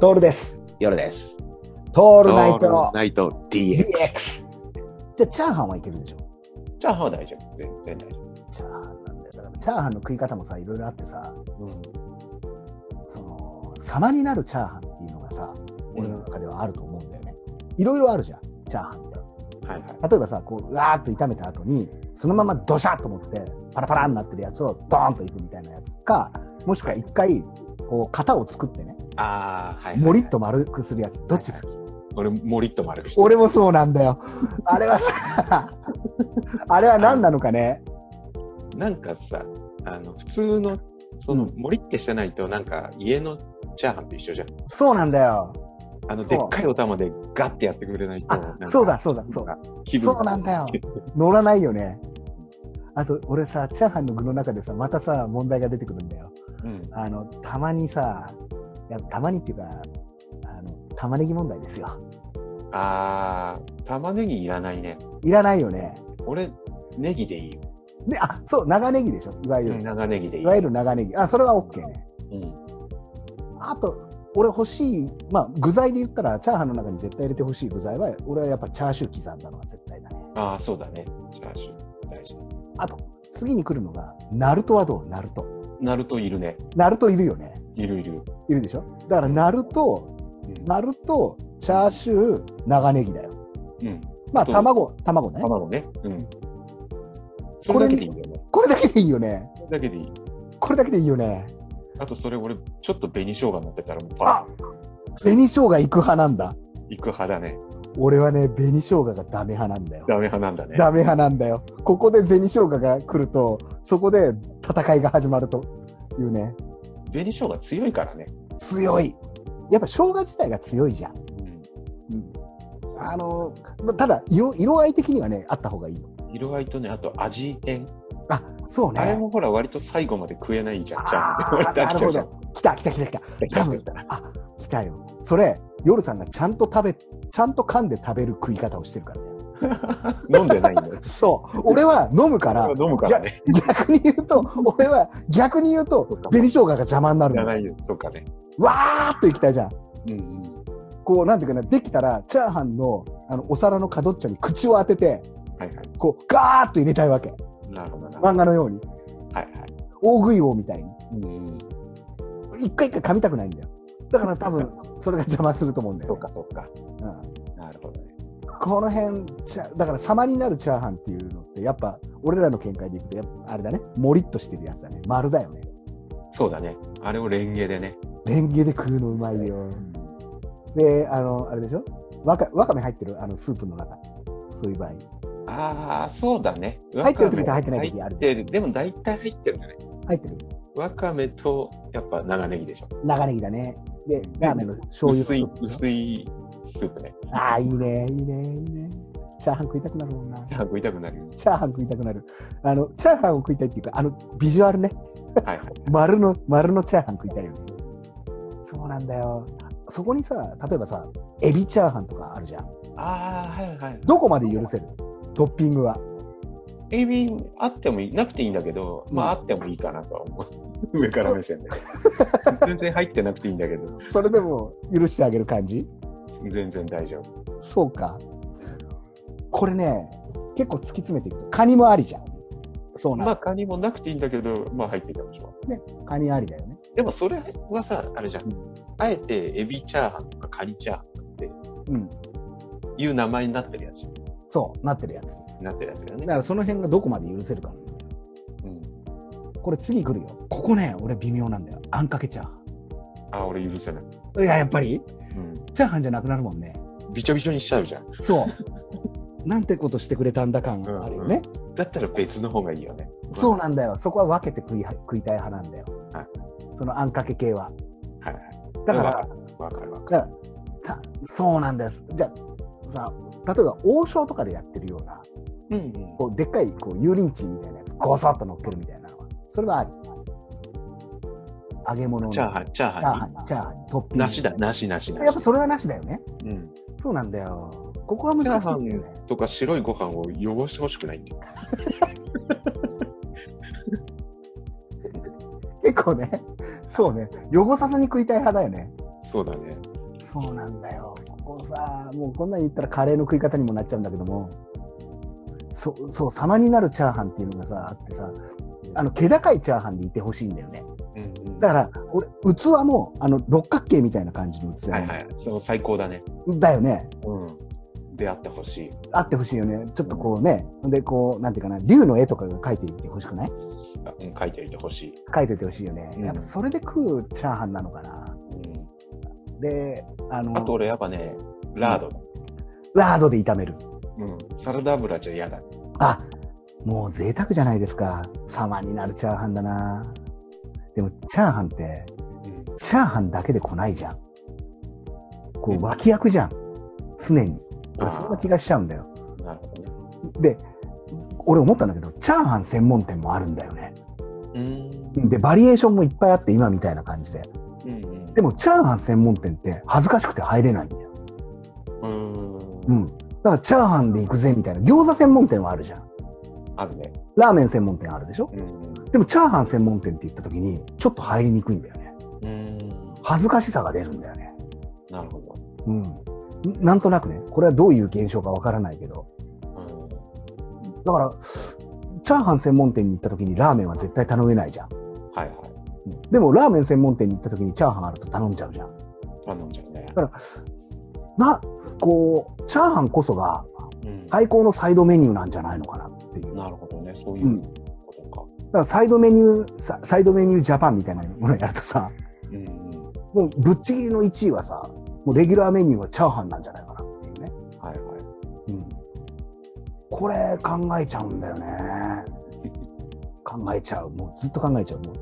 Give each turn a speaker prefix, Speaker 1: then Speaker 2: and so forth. Speaker 1: トールです。
Speaker 2: 夜です。
Speaker 1: ト
Speaker 2: オ
Speaker 1: ールナイト
Speaker 2: ナイト DX。
Speaker 1: DX。じゃあ、チャーハンはいけるでしょ
Speaker 2: チャーハンは大丈夫。全然大丈
Speaker 1: チャーハンなんだよ。だから、チャーハンの食い方もさ、いろいろあってさ、
Speaker 2: 夫。
Speaker 1: その、様になるチャーハンっていうのがさ、
Speaker 2: うん。
Speaker 1: 俺の中ではあると思うんだよね。いろいろあるじゃん、チャーハンって。
Speaker 2: はいはい。
Speaker 1: 例えばさ、こう、うわーっと炒めた後に、そのままドシャーと思って、パラパラになってるやつをドーンといくみたいなやつか、もしくは一回、こう、型を作ってね、
Speaker 2: ああ、はい、はい。
Speaker 1: もりっと。丸くするやつ、どっち好き
Speaker 2: 俺、もりっと丸くして。
Speaker 1: 俺もそうなんだよ。あれは さ、あれは何なのかね。
Speaker 2: なんかさ、あの、普通の、その、
Speaker 1: うん
Speaker 2: もりってしてないと、なんか、家のチャーハンと一緒じゃん。
Speaker 1: そうなんだよ。
Speaker 2: あの、
Speaker 1: そう
Speaker 2: でっかいお玉でガッてやってくれないと、
Speaker 1: あ
Speaker 2: なんか
Speaker 1: そうだそうだそう
Speaker 2: なんか気分
Speaker 1: そうなんだよ乗らないよね。あと、俺さ、チャーハンの具の中でさ、またさ、問題が出てくるんだよ。
Speaker 2: うん。
Speaker 1: あの、たまにさ、いやたまにっていうか、あの、玉ねぎ問題ですよ。
Speaker 2: ああ、玉ねぎいらないね。
Speaker 1: いらないよね。
Speaker 2: 俺、ネギでいいよ。
Speaker 1: で、あ、そう、長ネギでしょ。いわゆる。
Speaker 2: 長ネギでいい。
Speaker 1: いわゆる長ネギ。あ、それは OK ね。
Speaker 2: うん。
Speaker 1: あと、俺欲しい、まあ、具材で言ったら、チャーハンの中に絶対入れてほしい具材は、俺はやっぱチャーシュー刻んだのが絶対だね。
Speaker 2: ああ、そうだね。チャーシュー。大事。
Speaker 1: 次に来るのが、ナルトはどうナルト。
Speaker 2: ナルトいるね。
Speaker 1: ナルトいるよね。
Speaker 2: いるいる。
Speaker 1: いるでしょだから、ナルト、ナルト、チャーシュー、長ネギだよ。
Speaker 2: うん。
Speaker 1: まあ、
Speaker 2: そう
Speaker 1: 卵、卵ね。
Speaker 2: 卵ね。うん。それだけでいいんだよね。
Speaker 1: これだけでいいよね。
Speaker 2: それだけでいい。
Speaker 1: これだけでいいよね。
Speaker 2: あとそれ俺、ちょっと紅生姜乗ってたらもうパ
Speaker 1: あ
Speaker 2: ラ
Speaker 1: 紅生姜行く派なんだ。
Speaker 2: いく派だね。
Speaker 1: 俺はね、紅生姜がダメ派なんだよ。
Speaker 2: ダメ派なんだね。
Speaker 1: ダメ派なんだよ。ここで紅生姜が来ると、そこで戦いが始まるというね。
Speaker 2: 紅生姜強いからね。
Speaker 1: 強い。やっぱ生姜自体が強いじゃん。
Speaker 2: うん。
Speaker 1: あの、ただ色、色合い的にはね、あった方がいいの。
Speaker 2: 色合いとね、あと味変。
Speaker 1: あ、そうね。
Speaker 2: あれもほら、割と最後まで食えないじゃん。ちゃ
Speaker 1: あ
Speaker 2: ん
Speaker 1: ー
Speaker 2: と。俺
Speaker 1: な
Speaker 2: 大
Speaker 1: る
Speaker 2: 丈
Speaker 1: ほ
Speaker 2: 夫じゃん。
Speaker 1: ど。来た来た来た来た。
Speaker 2: 来た来た来た
Speaker 1: あ、来たよ。それ、夜さんがちゃんと食べ、ちゃんと噛んで食べる食い方をしてるからね。
Speaker 2: 飲んでないんだよ。
Speaker 1: そう。俺は飲むから、
Speaker 2: 飲むからね。
Speaker 1: 逆に言う と、俺は逆に言うと、紅生姜が邪魔になる
Speaker 2: じゃ
Speaker 1: の
Speaker 2: な。いよ。そうかね。
Speaker 1: わーっといきたいじゃん。
Speaker 2: うんうん。
Speaker 1: こう、なんていうかな、できたら、チャーハンの、あの、お皿の角っちょに口を当てて、
Speaker 2: はいはい。
Speaker 1: こう、ガーッと入れたいわけ。
Speaker 2: なるほどな。は
Speaker 1: 漫画のように。
Speaker 2: いはい。
Speaker 1: 大食い王みたいに。
Speaker 2: うんうん。
Speaker 1: 一回一回噛みたくないんだよ。だから多 分、それが邪魔すると思うんだ
Speaker 2: そ
Speaker 1: よ、
Speaker 2: う
Speaker 1: ね
Speaker 2: か。そうか。
Speaker 1: うん
Speaker 2: なるほどね。
Speaker 1: この辺チャだから様になるチャーハンっていうのってやっぱ俺らの見解でいくとやっぱあれだねもりっとしてるやつだね丸だよね
Speaker 2: そうだね。あれをレンゲでね。
Speaker 1: レンゲで食うのうまいよであのあれでしょわかわかめ入ってるあのスープの中そういう場合
Speaker 2: ああ、そうだね。
Speaker 1: 入ってる時と入ってない時あるじゃん
Speaker 2: 入ってるでも大体入ってるんだね。
Speaker 1: 入ってる
Speaker 2: わかめと、やっぱ長ネギでしょ。
Speaker 1: 長ネギだねでラーメンの醤油
Speaker 2: 薄い
Speaker 1: の、スープでしょ
Speaker 2: 薄いスープね。
Speaker 1: ああいいねいいねいいねチャーハン食いたくなるもんな
Speaker 2: チャーハン食いたくなるよね。
Speaker 1: チャーハン食いたくなるあのチャーハンを食いたいっていうかあのビジュアルね
Speaker 2: はいはい。
Speaker 1: 丸の丸のチャーハン食いたいよねそうなんだよそこにさ例えばさエビチャーハンとかあるじゃん
Speaker 2: ああ、はいはい。
Speaker 1: どこまで許せるトッピングは
Speaker 2: エビあってもいい、なくていいんだけど、まああ
Speaker 1: う
Speaker 2: ってもいいかなとは思う。 上から目 線で。全然入ってなくていいんだけど、
Speaker 1: それでも許してあげる感じ
Speaker 2: 全然大丈夫。
Speaker 1: そうかこれね結構突き詰めていくとカニもありじゃんそうなん
Speaker 2: まあ
Speaker 1: だ、
Speaker 2: カニもなくていいんだけど、まあ入ってたでしょ。
Speaker 1: カニありだよね
Speaker 2: でもそれはさ、あれじゃん
Speaker 1: う。
Speaker 2: あえてエビチャーハンとかカニチャーハンとかって
Speaker 1: うん
Speaker 2: いう名前になってるやつ。
Speaker 1: そうなってるやつだ
Speaker 2: なってるやつだよね。
Speaker 1: からその辺がどこまで許せるか
Speaker 2: うん。
Speaker 1: これ次来るよここね俺微妙なんだよあんかけチャーハ
Speaker 2: ああ、俺許せない。
Speaker 1: ンいややっぱり
Speaker 2: う
Speaker 1: チャーハンじゃなくなるもんね
Speaker 2: ん。びちょびちょにしちゃうじゃん。
Speaker 1: そう。 なんてことしてくれたんだ感あるよね。
Speaker 2: だったら別の方がいいよね。
Speaker 1: そうなんだよ。そこは分けて食いは食いたい派なんだよ。
Speaker 2: はい
Speaker 1: そのあんかけ系は。
Speaker 2: はいはい。
Speaker 1: だから、
Speaker 2: わかるわか
Speaker 1: だからたそうなんです。じゃあさ、例えば王将とかでやってるような、
Speaker 2: る。うん、うん。
Speaker 1: こうでっかいこう油淋鶏みたいなやつ、ごそっと乗っけるみたいなのは、それはあり。揚げ物の
Speaker 2: チャーハン、チャー
Speaker 1: チャーハ
Speaker 2: ハ
Speaker 1: ン、チャーハン、トッピング。
Speaker 2: ン。なしだ、なしなしなし。
Speaker 1: やっぱそれはなしだよね。
Speaker 2: うん。
Speaker 1: そうなんだよ。ここは難しいんだよね。
Speaker 2: とか白いご飯を汚してほしくないんだよ。
Speaker 1: 結構ね、そうね、汚さずに食いたい派だよね。
Speaker 2: そうだね。
Speaker 1: そうなんだよ。ここさ、もうこんなん言ったらカレーの食い方にもなっちゃうんだけども、そう、そう、様になるチャーハンっていうのがさ、あってさ、あの、気高いチャーハンでいてほしいんだよね。
Speaker 2: うんうん
Speaker 1: だから、俺、器も、あの、六角形みたいな感じの器、
Speaker 2: はいはい。その最高だね。
Speaker 1: だよね。
Speaker 2: うん。出会ってほしい。
Speaker 1: あってほしいよね。ちょっとこうね、で、こう、なんていうかな、竜の絵とかが描いていってほしくない
Speaker 2: あうん、書いておいてほしい。
Speaker 1: 描いていてほしいよね。
Speaker 2: うん
Speaker 1: やっぱ、それで食うチャーハンなのかな。
Speaker 2: うん
Speaker 1: で、あの、
Speaker 2: あと俺やっぱね、ラード。
Speaker 1: ラードで炒める。
Speaker 2: うん。サラダ油じゃ嫌だ。
Speaker 1: あもう贅沢じゃないですか。様になるチャーハンだな。でも、チャーハンって、
Speaker 2: うん
Speaker 1: チャーハンだけで来ないじゃん。こ
Speaker 2: うん
Speaker 1: う、脇役じゃん。常に。
Speaker 2: あー
Speaker 1: 俺、そんな気がしちゃうんだよ。
Speaker 2: なるほどね。
Speaker 1: で、俺思ったんだけど、チャーハン専門店もあるんだよね。
Speaker 2: うん。
Speaker 1: で、バリエーションもいっぱいあって、今みたいな感じで。
Speaker 2: うんうん。
Speaker 1: でも、チャーハン専門店って恥ずかしくて入れないんだよ。
Speaker 2: うん。
Speaker 1: うん。だから、チャーハンで行くぜみたいな。餃子専門店はあるじゃん。
Speaker 2: あるね。
Speaker 1: ラーメン専門店あるでしょ
Speaker 2: うん。
Speaker 1: でもチャーハン専門店って言った時にちょっと入りにくいんだよね
Speaker 2: うん。
Speaker 1: 恥ずかしさが出るんだよね
Speaker 2: なるほ
Speaker 1: うんんなんとなくねこれはどういう現象かわからないけど
Speaker 2: ど。
Speaker 1: だからチャーハン専門店に行った時にラーメンは絶対頼めないじゃん、
Speaker 2: うん。はいはい。
Speaker 1: うんでもラーメン専門店に行った時にチャーハンあると頼んじゃうじゃん
Speaker 2: 頼んじゃうね。
Speaker 1: なこうチャーハンこそが
Speaker 2: うん。
Speaker 1: 最高のサイドメニューなんじゃないのかなっていうだ
Speaker 2: なるほどね。そういううんことか。
Speaker 1: からサイドメニューササイドメニュージャパンみたいなものやるとさ
Speaker 2: うんうん。
Speaker 1: もうぶっちぎりの1位はさもうレギュラーメニューはチャーハンなんじゃないかなっていうね
Speaker 2: はいはい。
Speaker 1: うんこれ考えちゃうんだよね。考えちゃう。もうずっと考えちゃう。もう